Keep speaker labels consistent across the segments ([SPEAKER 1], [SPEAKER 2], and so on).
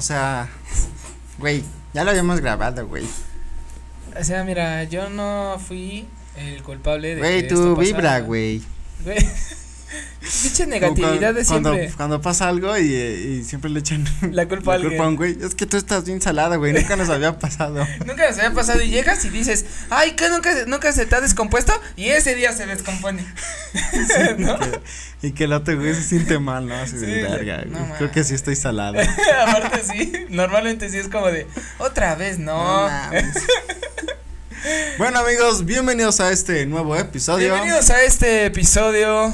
[SPEAKER 1] sea, güey, ya lo habíamos grabado, güey.
[SPEAKER 2] O sea, mira, yo no fui el culpable de
[SPEAKER 1] Güey,
[SPEAKER 2] que
[SPEAKER 1] tu
[SPEAKER 2] esto pasara.
[SPEAKER 1] vibra, güey.
[SPEAKER 2] Güey. Dicha negatividad de
[SPEAKER 1] cuando,
[SPEAKER 2] siempre.
[SPEAKER 1] Cuando pasa algo y, eh, y siempre le echan
[SPEAKER 2] La culpa a alguien.
[SPEAKER 1] un güey. Es que tú estás bien salada, güey. Nunca nos había pasado.
[SPEAKER 2] Nunca nos había pasado y llegas y dices, ay, que nunca, se- nunca se te ha descompuesto y ese día se descompone. ¿No?
[SPEAKER 1] Que- y que el otro güey se siente mal, ¿no? Así de
[SPEAKER 2] Sí,
[SPEAKER 1] verga,
[SPEAKER 2] no
[SPEAKER 1] güey. Creo que sí estoy salada.
[SPEAKER 2] Aparte sí, normalmente sí es como de, otra vez no.
[SPEAKER 1] No mames. bueno, amigos, bienvenidos a este nuevo episodio.
[SPEAKER 2] Bienvenidos a este episodio.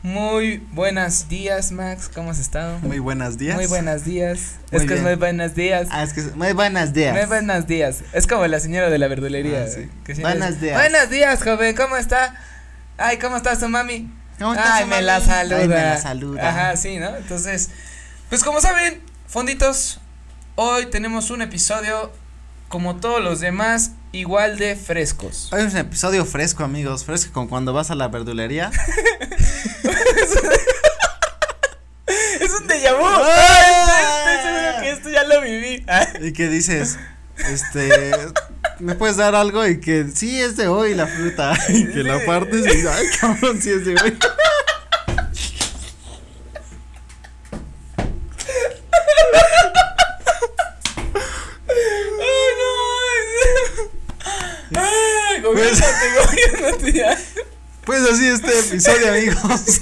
[SPEAKER 2] Muy buenos días, Max. ¿Cómo has estado?
[SPEAKER 1] Muy buenos días.
[SPEAKER 2] Muy buenos días.
[SPEAKER 1] Muy
[SPEAKER 2] es que es
[SPEAKER 1] bien.
[SPEAKER 2] muy buenos días.
[SPEAKER 1] Ah, es que muy buenos días.
[SPEAKER 2] Muy buenos días. Es como la señora de la verdulería. eh,
[SPEAKER 1] Ah, sí.
[SPEAKER 2] que siempre
[SPEAKER 1] Buenos
[SPEAKER 2] dice,
[SPEAKER 1] días.
[SPEAKER 2] Buenos días, joven. ¿Cómo está? Ay, ¿cómo está su mami?
[SPEAKER 1] ¿Cómo estás,
[SPEAKER 2] Ay, me
[SPEAKER 1] mami?
[SPEAKER 2] la saluda.
[SPEAKER 1] Ay, me la saluda.
[SPEAKER 2] Ajá, sí, ¿no? Entonces, pues como saben, fonditos, hoy tenemos un episodio como todos los demás, igual de frescos.
[SPEAKER 1] Hoy es un episodio fresco, amigos. Fresco con cuando vas a la verdulería.
[SPEAKER 2] es un déjà vu.
[SPEAKER 1] Ah.
[SPEAKER 2] Ay, Estoy seguro que esto ya lo viví.
[SPEAKER 1] y que dices, este. ¿Me puedes dar algo? Y que sí es de hoy la fruta. Y que la partes y dices, ay, cabrón, sí es de hoy.
[SPEAKER 2] Ay, no. Ay, gobiérnate, gobiérnate ya.
[SPEAKER 1] Pues así este episodio, amigos.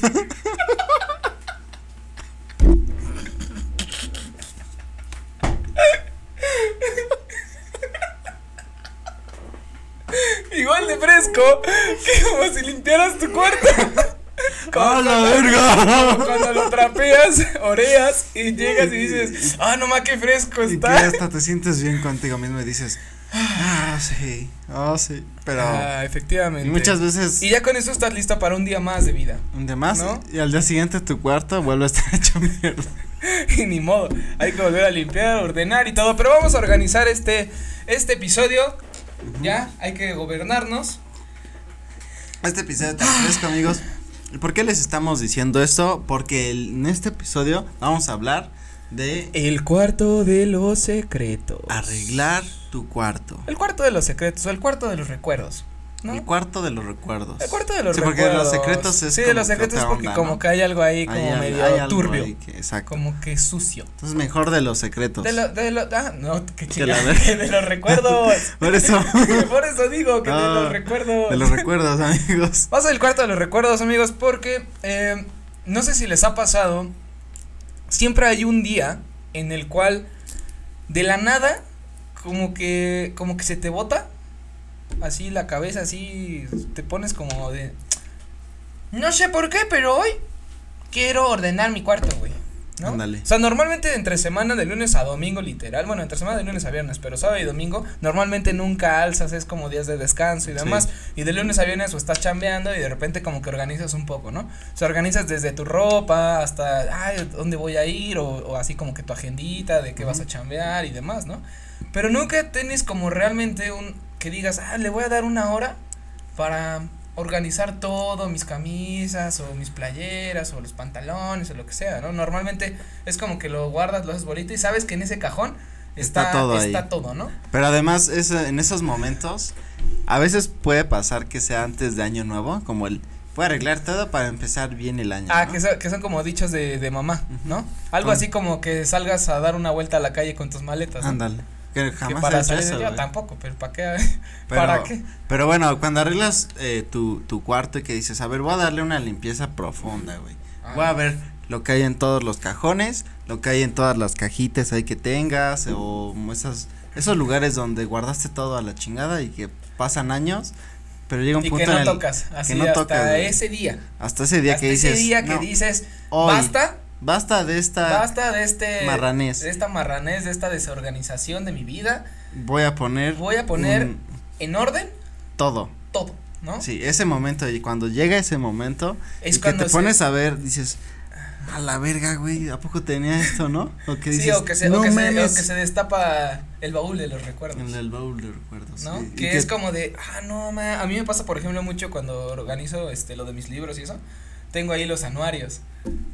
[SPEAKER 2] Igual de fresco que como si limpiaras tu cuarto.
[SPEAKER 1] ¡A la
[SPEAKER 2] Cuando
[SPEAKER 1] verga!
[SPEAKER 2] lo trapeas, oreas y llegas y dices, ah, no más qué fresco
[SPEAKER 1] Y que
[SPEAKER 2] está.
[SPEAKER 1] hasta te sientes bien contigo mismo y dices, ah, sí, ah, sí. Pero
[SPEAKER 2] Ah, efectivamente.
[SPEAKER 1] y muchas veces,
[SPEAKER 2] Y ya con eso estás lista para un día más de vida.
[SPEAKER 1] un de más,
[SPEAKER 2] ¿no?
[SPEAKER 1] y al día siguiente tu cuarto vuelve a estar hecho mierda.
[SPEAKER 2] Y ni modo, hay que volver a limpiar, ordenar y todo. Pero vamos a organizar este, este episodio. Ya, hay que gobernarnos.
[SPEAKER 1] Este episodio tan fresco, amigos. ¿Y por qué les estamos diciendo esto? Porque el- en este episodio vamos a hablar de
[SPEAKER 2] El cuarto de los secretos.
[SPEAKER 1] arreglar tu cuarto.
[SPEAKER 2] El cuarto de los secretos o el cuarto de los recuerdos. ¿no?
[SPEAKER 1] El cuarto de los recuerdos.
[SPEAKER 2] El cuarto de los
[SPEAKER 1] Sí, porque de
[SPEAKER 2] recuerdos.
[SPEAKER 1] los secretos es
[SPEAKER 2] Sí, de
[SPEAKER 1] como
[SPEAKER 2] los
[SPEAKER 1] que
[SPEAKER 2] secretos
[SPEAKER 1] otra
[SPEAKER 2] porque
[SPEAKER 1] onda,
[SPEAKER 2] como
[SPEAKER 1] ¿no?
[SPEAKER 2] que hay algo ahí
[SPEAKER 1] Hay
[SPEAKER 2] como
[SPEAKER 1] al-
[SPEAKER 2] medio
[SPEAKER 1] hay algo
[SPEAKER 2] turbio.
[SPEAKER 1] ahí que- exacto.
[SPEAKER 2] Como que sucio.
[SPEAKER 1] Entonces mejor de los secretos.
[SPEAKER 2] De lo, de lo, ah, no, qué
[SPEAKER 1] Que la
[SPEAKER 2] chingada,
[SPEAKER 1] ver-
[SPEAKER 2] de los recuerdos.
[SPEAKER 1] Por eso.
[SPEAKER 2] Por eso digo que de
[SPEAKER 1] Ah,
[SPEAKER 2] los recuerdos.
[SPEAKER 1] de los recuerdos, amigos.
[SPEAKER 2] Vamos al cuarto de los recuerdos, amigos, porque eh, no sé si les ha pasado. Siempre hay un día en el cual de la nada, como que, como que se te bota. Así la cabeza, así te pones como de. No sé por qué, pero hoy quiero ordenar mi cuarto, güey. ¿no?
[SPEAKER 1] Ándale.
[SPEAKER 2] O sea, normalmente entre semana de lunes a domingo, literal. Bueno, entre semana de lunes a viernes, pero sábado y domingo, normalmente nunca alzas, es como días de descanso y
[SPEAKER 1] Sí.
[SPEAKER 2] demás. Y de lunes a viernes o estás chambeando y de repente como que organizas un poco, ¿no? O sea, organizas desde tu ropa hasta, ay, ¿dónde voy a ir? O, o así como que tu agendita de qué vas a chambear y demás, ¿no? Pero nunca tienes como realmente un, que digas, ah, le voy a dar una hora para organizar todo, mis camisas o mis playeras o los pantalones o lo que sea, ¿no? Normalmente es como que lo guardas, lo haces bolita y sabes que en ese cajón está,
[SPEAKER 1] Está todo ahí.
[SPEAKER 2] está todo, ¿no?
[SPEAKER 1] Pero además, eso- en esos momentos, a veces puede pasar que sea antes de Año Nuevo, como el. Voy a arreglar todo para empezar bien el año.
[SPEAKER 2] Ah,
[SPEAKER 1] ¿no?
[SPEAKER 2] que, so- que son como dichos de, de mamá, ¿no? Algo
[SPEAKER 1] Ah.
[SPEAKER 2] así como que salgas a dar una vuelta a la calle con tus maletas. ¿no?
[SPEAKER 1] Ándale. Que
[SPEAKER 2] Que
[SPEAKER 1] jamás he
[SPEAKER 2] para
[SPEAKER 1] hecho
[SPEAKER 2] salir
[SPEAKER 1] eso,
[SPEAKER 2] yo
[SPEAKER 1] güey.
[SPEAKER 2] tampoco, pero ¿para qué?
[SPEAKER 1] Pero-
[SPEAKER 2] ¿Para qué?
[SPEAKER 1] Pero bueno, cuando arreglas eh, tu, tu cuarto y que dices, a ver, voy a darle una limpieza profunda, güey.
[SPEAKER 2] Ah.
[SPEAKER 1] Voy a ver lo que hay en todos los cajones, lo que hay en todas las cajitas ahí que tengas, o esas, esos lugares donde guardaste todo a la chingada y que pasan años, pero llega un
[SPEAKER 2] Y
[SPEAKER 1] punto
[SPEAKER 2] que no
[SPEAKER 1] en el-
[SPEAKER 2] tocas, así
[SPEAKER 1] no
[SPEAKER 2] hasta
[SPEAKER 1] tocas, güey.
[SPEAKER 2] ese día.
[SPEAKER 1] hasta ese día
[SPEAKER 2] hasta
[SPEAKER 1] que dices,
[SPEAKER 2] ese día que
[SPEAKER 1] "No,
[SPEAKER 2] dices,
[SPEAKER 1] hoy,
[SPEAKER 2] basta,
[SPEAKER 1] basta de esta,
[SPEAKER 2] basta de este
[SPEAKER 1] marranés.
[SPEAKER 2] de esta marranés, de esta desorganización de mi vida.
[SPEAKER 1] voy a poner
[SPEAKER 2] Voy a poner
[SPEAKER 1] un-
[SPEAKER 2] en orden
[SPEAKER 1] todo.
[SPEAKER 2] todo, ¿no?
[SPEAKER 1] Sí, ese momento y cuando llega ese momento
[SPEAKER 2] Es
[SPEAKER 1] y que
[SPEAKER 2] cuando
[SPEAKER 1] te
[SPEAKER 2] se-
[SPEAKER 1] pones a ver, dices, a la verga, güey, ¿a poco tenía esto, no? O que
[SPEAKER 2] Sí,
[SPEAKER 1] dices,
[SPEAKER 2] o que se, o
[SPEAKER 1] "No
[SPEAKER 2] que se- o
[SPEAKER 1] mames".
[SPEAKER 2] que se destapa el baúl de los recuerdos.
[SPEAKER 1] En el baúl de recuerdos.
[SPEAKER 2] ¿no?
[SPEAKER 1] sí, y
[SPEAKER 2] que es como de, ah, no, ma, a mí me pasa, por ejemplo, mucho cuando organizo este lo de mis libros y eso. Tengo ahí los anuarios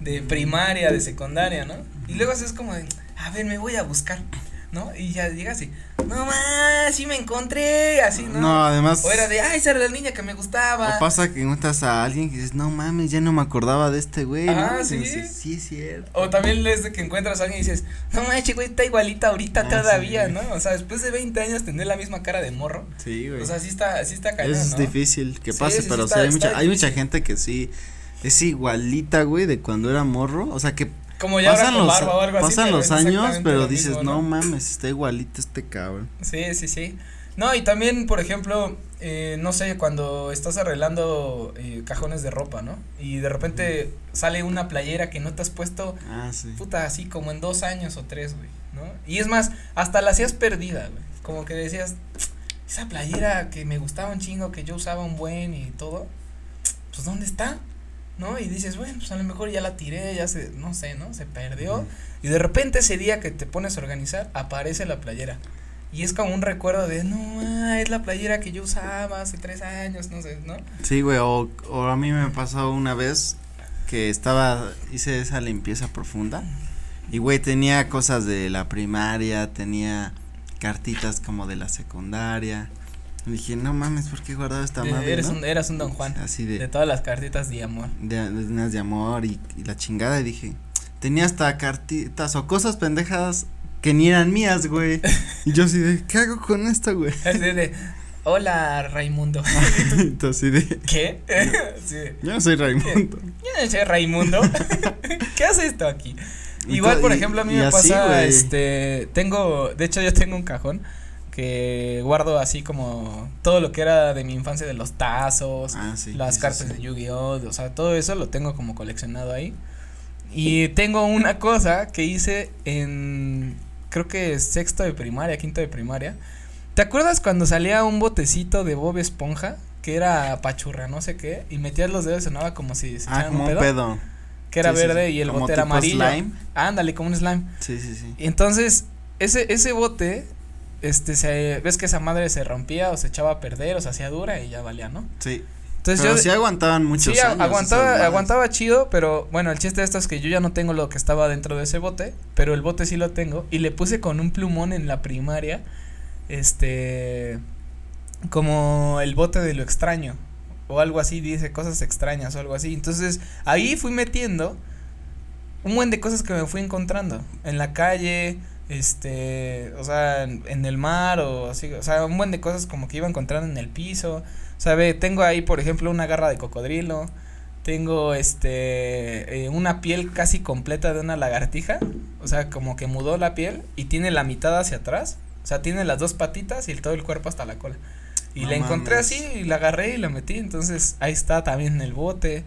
[SPEAKER 2] de primaria, de secundaria, ¿no? Y luego así es como de, a ver, me voy a buscar, ¿no? Y ya llega así, no más, sí me encontré, así, ¿no?
[SPEAKER 1] No, además.
[SPEAKER 2] O era de, ay, esa era la niña que me gustaba.
[SPEAKER 1] O pasa que encuentras a alguien que dices, no mames, ya no me acordaba de este güey. ¿no?
[SPEAKER 2] Ah, ¿sí?
[SPEAKER 1] Entonces, sí, es cierto.
[SPEAKER 2] O también es de que encuentras a alguien y dices, no manches, güey, está igualita ahorita
[SPEAKER 1] Ah,
[SPEAKER 2] todavía,
[SPEAKER 1] sí.
[SPEAKER 2] ¿no? O sea, después de 20 años tener la misma cara de morro.
[SPEAKER 1] Sí, güey.
[SPEAKER 2] O sea, sí está, sí está cañón,
[SPEAKER 1] Eso es
[SPEAKER 2] ¿no?
[SPEAKER 1] difícil que
[SPEAKER 2] Sí,
[SPEAKER 1] pase,
[SPEAKER 2] sí, sí,
[SPEAKER 1] pero
[SPEAKER 2] está-
[SPEAKER 1] sí, hay,
[SPEAKER 2] está
[SPEAKER 1] mucha, hay mucha
[SPEAKER 2] difícil.
[SPEAKER 1] gente que sí es igualita, güey, de cuando era morro. O sea, que
[SPEAKER 2] Como ya ahora
[SPEAKER 1] pasan
[SPEAKER 2] con
[SPEAKER 1] los,
[SPEAKER 2] barba o algo así,
[SPEAKER 1] pasan
[SPEAKER 2] pero
[SPEAKER 1] los
[SPEAKER 2] es
[SPEAKER 1] años,
[SPEAKER 2] exactamente
[SPEAKER 1] pero
[SPEAKER 2] lo
[SPEAKER 1] dices,
[SPEAKER 2] mismo,
[SPEAKER 1] no mames, está igualito este cabrón.
[SPEAKER 2] Sí, sí, sí. No, y también, por ejemplo, eh, no sé, cuando estás arreglando eh, cajones de ropa, ¿no? Y de repente sale una playera que no te has puesto,
[SPEAKER 1] Ah, sí.
[SPEAKER 2] puta, así como en dos años o tres, güey, ¿no? Y es más, hasta la hacías perdida, güey. Como que decías, esa playera que me gustaba un chingo, que yo usaba un buen y todo, pues ¿dónde está? ¿No? Y dices, bueno, pues a lo mejor ya la tiré, ya se, no sé, ¿no? Se perdió. Y de repente ese día que te pones a organizar, aparece la playera. Y es como un recuerdo de, no, ah, es la playera que yo usaba hace tres años, no sé, ¿no?
[SPEAKER 1] Sí, güey, o, o a mí me pasó una vez que estaba, hice esa limpieza profunda y, güey, tenía cosas de la primaria, tenía cartitas como de la secundaria. Y dije, no mames, ¿por qué he guardado esta
[SPEAKER 2] De-
[SPEAKER 1] madre?
[SPEAKER 2] Eh, eres,
[SPEAKER 1] no?"
[SPEAKER 2] un, eras un don Juan.
[SPEAKER 1] Así
[SPEAKER 2] De
[SPEAKER 1] de,
[SPEAKER 2] todas las cartitas de amor.
[SPEAKER 1] de, de unas de amor y, y la chingada y dije, tenía hasta cartitas o cosas pendejadas que ni eran mías, güey. Y yo así de, ¿qué hago con esto, güey?
[SPEAKER 2] Así de, hola Raimundo.
[SPEAKER 1] Entonces así de,
[SPEAKER 2] ¿Qué? sí.
[SPEAKER 1] yo no soy Raimundo.
[SPEAKER 2] Yo no sé, Raimundo. ¿Qué hace esto aquí?
[SPEAKER 1] Y
[SPEAKER 2] Igual,
[SPEAKER 1] co-
[SPEAKER 2] por
[SPEAKER 1] y-
[SPEAKER 2] ejemplo, a mí
[SPEAKER 1] y
[SPEAKER 2] me
[SPEAKER 1] así,
[SPEAKER 2] pasa,
[SPEAKER 1] güey.
[SPEAKER 2] este, tengo, de hecho yo tengo un cajón que guardo así como todo lo que era de mi infancia, de los tazos,
[SPEAKER 1] Ah, sí,
[SPEAKER 2] las
[SPEAKER 1] sí, sí,
[SPEAKER 2] cartas
[SPEAKER 1] sí.
[SPEAKER 2] de Yu-Gi-Oh, o sea, todo eso lo tengo como coleccionado ahí. Y tengo una cosa que hice en, creo que sexto de primaria, quinto de primaria. ¿Te acuerdas cuando salía un botecito de Bob Esponja? Que era pachurra, no sé qué, y metías los dedos y sonaba como si se
[SPEAKER 1] Ah,
[SPEAKER 2] echaran
[SPEAKER 1] como un pedo.
[SPEAKER 2] que era
[SPEAKER 1] Sí, sí,
[SPEAKER 2] verde
[SPEAKER 1] sí.
[SPEAKER 2] y el
[SPEAKER 1] Como
[SPEAKER 2] bote era
[SPEAKER 1] tipo
[SPEAKER 2] amarillo.
[SPEAKER 1] slime.
[SPEAKER 2] Ándale, como un slime.
[SPEAKER 1] Sí, sí, sí.
[SPEAKER 2] Y entonces, ese, ese bote, este, se, ves que esa madre se rompía o se echaba a perder o se hacía dura y ya valía, ¿no?
[SPEAKER 1] Sí.
[SPEAKER 2] Entonces
[SPEAKER 1] pero
[SPEAKER 2] Pues yo.
[SPEAKER 1] sí aguantaban muchos
[SPEAKER 2] sí, a-
[SPEAKER 1] años.
[SPEAKER 2] aguantaba,
[SPEAKER 1] esas madres.
[SPEAKER 2] aguantaba chido, pero bueno, el chiste de esto es que yo ya no tengo lo que estaba dentro de ese bote, pero el bote sí lo tengo y le puse con un plumón en la primaria, este, como el bote de lo extraño o algo así, dice cosas extrañas o algo así. Entonces ahí fui metiendo un buen de cosas que me fui encontrando en la calle, este, o sea, en, en el mar o así, o sea, un buen de cosas como que iba encontrando en el piso. ¿Sabe? Tengo ahí, por ejemplo, una garra de cocodrilo. Tengo este eh, una piel casi completa de una lagartija, o sea, como que mudó la piel y tiene la mitad hacia atrás, o sea, tiene las dos patitas y todo el cuerpo hasta la cola. Y
[SPEAKER 1] No
[SPEAKER 2] la encontré
[SPEAKER 1] mames.
[SPEAKER 2] así y la agarré y la metí, entonces ahí está también en el bote.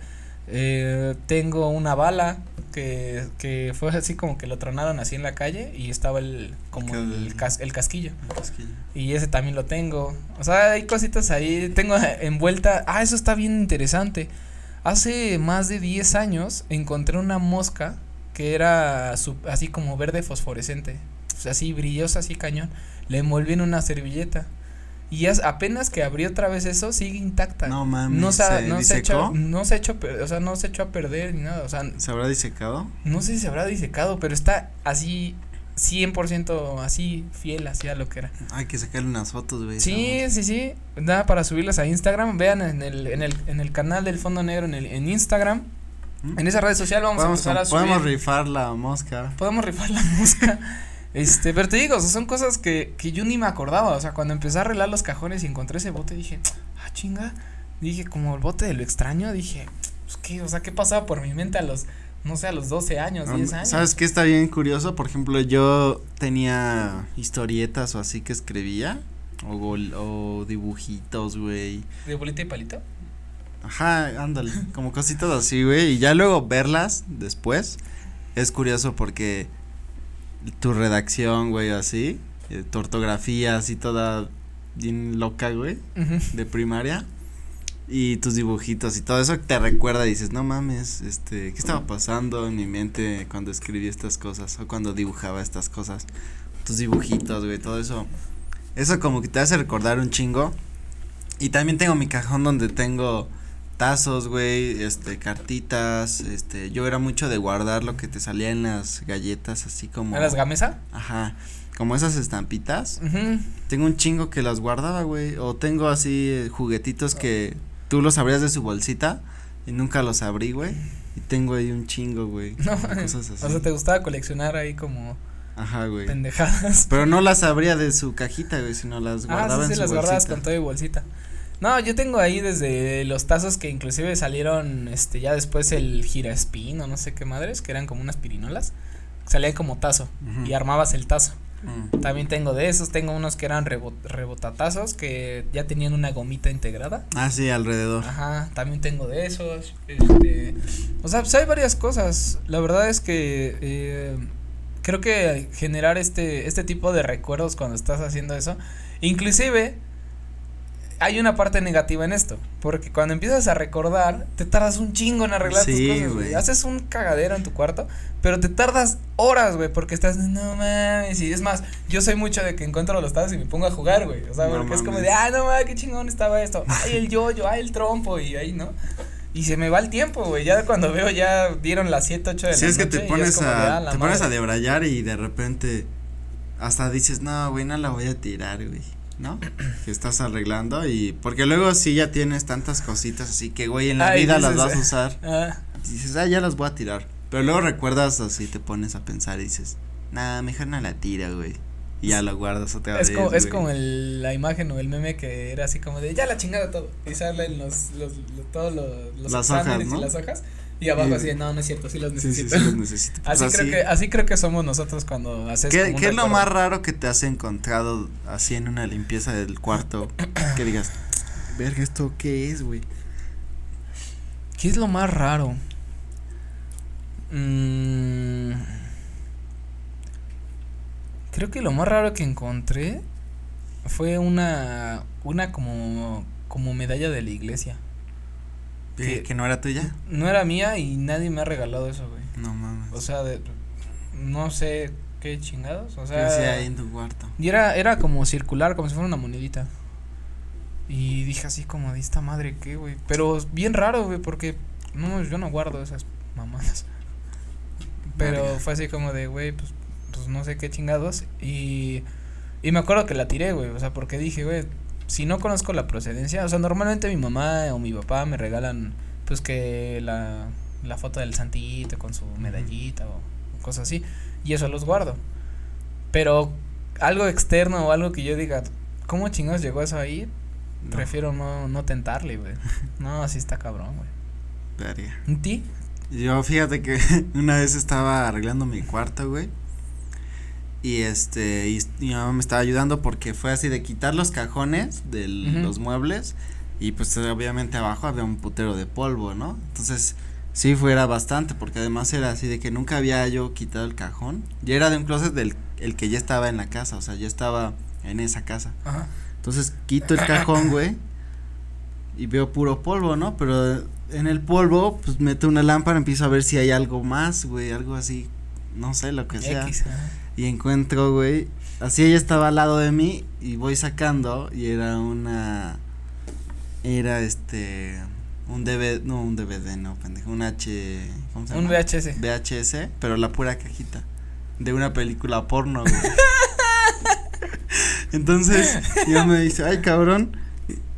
[SPEAKER 2] Eh, tengo una bala que, que fue así como que lo tronaron así en la calle y estaba el como
[SPEAKER 1] El-
[SPEAKER 2] el, cas- el casquillo.
[SPEAKER 1] Es que-
[SPEAKER 2] Y ese también lo tengo. O sea, hay cositas ahí. Tengo envuelta. Ah, eso está bien interesante. Hace más de 10 años encontré una mosca que era su- así como verde fosforescente. O sea, así brillosa, así cañón. La envolví en una servilleta. Y as- apenas que abrí otra vez eso, sigue intacta.
[SPEAKER 1] No mames,
[SPEAKER 2] No se, ha-
[SPEAKER 1] ¿se
[SPEAKER 2] no se ha hecho,
[SPEAKER 1] disecó?
[SPEAKER 2] no se ha hecho, per- o sea, no se echó a perder ni nada. O sea,
[SPEAKER 1] ¿Se habrá disecado?
[SPEAKER 2] no sé si se habrá disecado, pero está así 100% así fiel hacia lo que era.
[SPEAKER 1] Hay que sacarle unas fotos, güey.
[SPEAKER 2] Sí, sí, sí. Nada para subirlas a Instagram. Vean en el, en el, en el canal del Fondo Negro en, el, en Instagram.
[SPEAKER 1] ¿Mm?
[SPEAKER 2] En esa red social vamos
[SPEAKER 1] Podemos,
[SPEAKER 2] a empezar a subir.
[SPEAKER 1] podemos rifar la mosca.
[SPEAKER 2] Podemos rifar la mosca. Este, pero te digo, o sea, son cosas que, que yo ni me acordaba. O sea, cuando empecé a arreglar los cajones y encontré ese bote, dije, ah, chinga. Dije, como el bote de lo extraño, dije, pues qué, o sea, ¿qué pasaba por mi mente a los, no sé, a los 12 años, 10 años?
[SPEAKER 1] ¿Sabes qué está bien curioso? Por ejemplo, yo tenía historietas o así que escribía. O, gol- o dibujitos, güey.
[SPEAKER 2] De bolita y palito.
[SPEAKER 1] Ajá, ándale. Como cositas así, güey. Y ya luego verlas después. Es curioso porque tu redacción, güey, así. eh, tu ortografía así toda bien loca, güey.
[SPEAKER 2] Ujú.
[SPEAKER 1] de primaria y tus dibujitos y todo eso te recuerda y dices, no mames, este, ¿qué estaba pasando en mi mente cuando escribí estas cosas o cuando dibujaba estas cosas? Tus dibujitos, güey, todo eso. Eso como que te hace recordar un chingo. Y también tengo mi cajón donde tengo tazos, güey, este, cartitas, este, yo era mucho de guardar lo que te salía en las galletas, así como.
[SPEAKER 2] ¿A las gamesa?
[SPEAKER 1] Ajá, como esas estampitas.
[SPEAKER 2] Ujú.
[SPEAKER 1] Tengo un chingo que las guardaba, güey, o tengo así eh, juguetitos que tú los abrías de su bolsita y nunca los abrí, güey, y tengo ahí un chingo, güey,
[SPEAKER 2] No,
[SPEAKER 1] de cosas
[SPEAKER 2] o sea,
[SPEAKER 1] así.
[SPEAKER 2] te gustaba coleccionar ahí como
[SPEAKER 1] Ajá, güey.
[SPEAKER 2] pendejadas.
[SPEAKER 1] Pero no las abría de su cajita, güey, sino las
[SPEAKER 2] Ah,
[SPEAKER 1] guardaba
[SPEAKER 2] sí,
[SPEAKER 1] en
[SPEAKER 2] sí,
[SPEAKER 1] su
[SPEAKER 2] las guardabas
[SPEAKER 1] bolsita.
[SPEAKER 2] con todo y bolsita. No, yo tengo ahí desde los tazos que inclusive salieron, este, ya después el giraspín o no sé qué madres, que eran como unas pirinolas, salía como tazo
[SPEAKER 1] Ujú.
[SPEAKER 2] y armabas el tazo.
[SPEAKER 1] Mm.
[SPEAKER 2] También tengo de esos, tengo unos que eran rebo- rebotatazos que ya tenían una gomita integrada.
[SPEAKER 1] Ah, sí, alrededor.
[SPEAKER 2] Ajá, también tengo de esos. Este, o sea, pues hay varias cosas. La verdad es que eh, creo que generar este, este tipo de recuerdos cuando estás haciendo eso, inclusive hay una parte negativa en esto, porque cuando empiezas a recordar, te tardas un chingo en arreglar
[SPEAKER 1] Sí,
[SPEAKER 2] tus cosas, güey.
[SPEAKER 1] güey.
[SPEAKER 2] Haces un cagadero en tu cuarto, pero te tardas horas, güey, porque estás, no mames, y es más, yo soy mucho de que encuentro los tazos y me pongo a jugar, güey. O sea,
[SPEAKER 1] No
[SPEAKER 2] porque es como
[SPEAKER 1] mames.
[SPEAKER 2] de, ah, no mames, qué chingón estaba esto. Ay, el yoyo, ay, el trompo, y ahí, ¿no? Y se me va el tiempo, güey. Ya cuando veo, ya dieron las 7, 8 de
[SPEAKER 1] Si
[SPEAKER 2] la
[SPEAKER 1] es que
[SPEAKER 2] noche
[SPEAKER 1] te
[SPEAKER 2] y
[SPEAKER 1] pones
[SPEAKER 2] como de,
[SPEAKER 1] a,
[SPEAKER 2] "Ah, la
[SPEAKER 1] te pones a
[SPEAKER 2] madre".
[SPEAKER 1] debrayar y de repente hasta dices, no, güey, no la voy a tirar, güey, ¿no? Que estás arreglando y porque luego sí ya tienes tantas cositas así que, güey, en la
[SPEAKER 2] Ay,
[SPEAKER 1] vida las
[SPEAKER 2] dices,
[SPEAKER 1] vas a usar.
[SPEAKER 2] Ah,
[SPEAKER 1] Dices, ah, ya las voy a tirar. Pero luego recuerdas así, te pones a pensar y dices, nah, mejor no la tira, güey. Y ya la guardas otra
[SPEAKER 2] es
[SPEAKER 1] vez.
[SPEAKER 2] como, es
[SPEAKER 1] güey.
[SPEAKER 2] como el- la imagen o el meme que era así como de ya la chingada todo. Y salen los, los, los- todos los, los
[SPEAKER 1] Las hojas,
[SPEAKER 2] exámenes
[SPEAKER 1] ¿no?
[SPEAKER 2] y las hojas. Y abajo
[SPEAKER 1] Y-
[SPEAKER 2] así de no, no es cierto, sí los
[SPEAKER 1] Sí, sí,
[SPEAKER 2] necesito.
[SPEAKER 1] sí, los necesito. Pues
[SPEAKER 2] así, creo
[SPEAKER 1] así.
[SPEAKER 2] que, así creo que somos nosotros cuando haces.
[SPEAKER 1] ¿Qué,
[SPEAKER 2] Este como un
[SPEAKER 1] qué es lo
[SPEAKER 2] recuerdo.
[SPEAKER 1] más raro que te has encontrado así en una limpieza del cuarto? que digas, verga, ¿esto qué es, güey?
[SPEAKER 2] ¿Qué es lo más raro? Mm, creo que lo más raro que encontré fue una una como como medalla de la iglesia.
[SPEAKER 1] ¿Que,
[SPEAKER 2] ¿Qué?
[SPEAKER 1] que no era tuya?
[SPEAKER 2] No era mía y nadie me ha regalado eso, güey.
[SPEAKER 1] No mames.
[SPEAKER 2] O sea, de- no sé qué chingados, o
[SPEAKER 1] ¿Qué hacía
[SPEAKER 2] sea,
[SPEAKER 1] ahí en tu cuarto?
[SPEAKER 2] y era era como circular, como si fuera una monedita. Y dije así como, "¿De esta madre qué, güey?" Pero bien raro, güey, porque no yo no guardo esas mamadas. Pero
[SPEAKER 1] Verga.
[SPEAKER 2] fue así como de, güey, pues, pues no sé qué chingados. Y, y me acuerdo que la tiré, güey. O sea, porque dije, güey, si no conozco la procedencia, o sea, normalmente mi mamá o mi papá me regalan, pues que la, la foto del santito con su medallita o cosas así. Y eso los guardo. Pero algo externo o algo que yo diga, ¿cómo chingados llegó eso ahí?
[SPEAKER 1] No,
[SPEAKER 2] Prefiero no, no tentarle, güey. No, así está cabrón, güey.
[SPEAKER 1] verga.
[SPEAKER 2] ¿Y ti?
[SPEAKER 1] Yo fíjate que una vez estaba arreglando mi cuarto, güey. Y este, y s- mi mamá me estaba ayudando porque fue así de quitar los cajones de
[SPEAKER 2] Ujú.
[SPEAKER 1] los muebles. Y pues obviamente abajo había un putero de polvo, ¿no? Entonces, sí fuera bastante, porque además era así de que nunca había yo quitado el cajón. Ya era de un closet del el que ya estaba en la casa, o sea, ya estaba en esa casa.
[SPEAKER 2] Ajá.
[SPEAKER 1] Entonces quito el cajón, güey. Y veo puro polvo, ¿no? Pero en el polvo, pues meto una lámpara, empiezo a ver si hay algo más, güey, algo así, no sé, lo que sea.
[SPEAKER 2] X, ajá.
[SPEAKER 1] Y encuentro, güey, así ella estaba al lado de mí y voy sacando y era una, era este, un DVD, no, un DVD, no, pendejo, un H, ¿cómo se
[SPEAKER 2] Un
[SPEAKER 1] llama?
[SPEAKER 2] VHS.
[SPEAKER 1] VHS, pero la pura cajita de una película porno, güey. Entonces, yo me dice, ay, cabrón.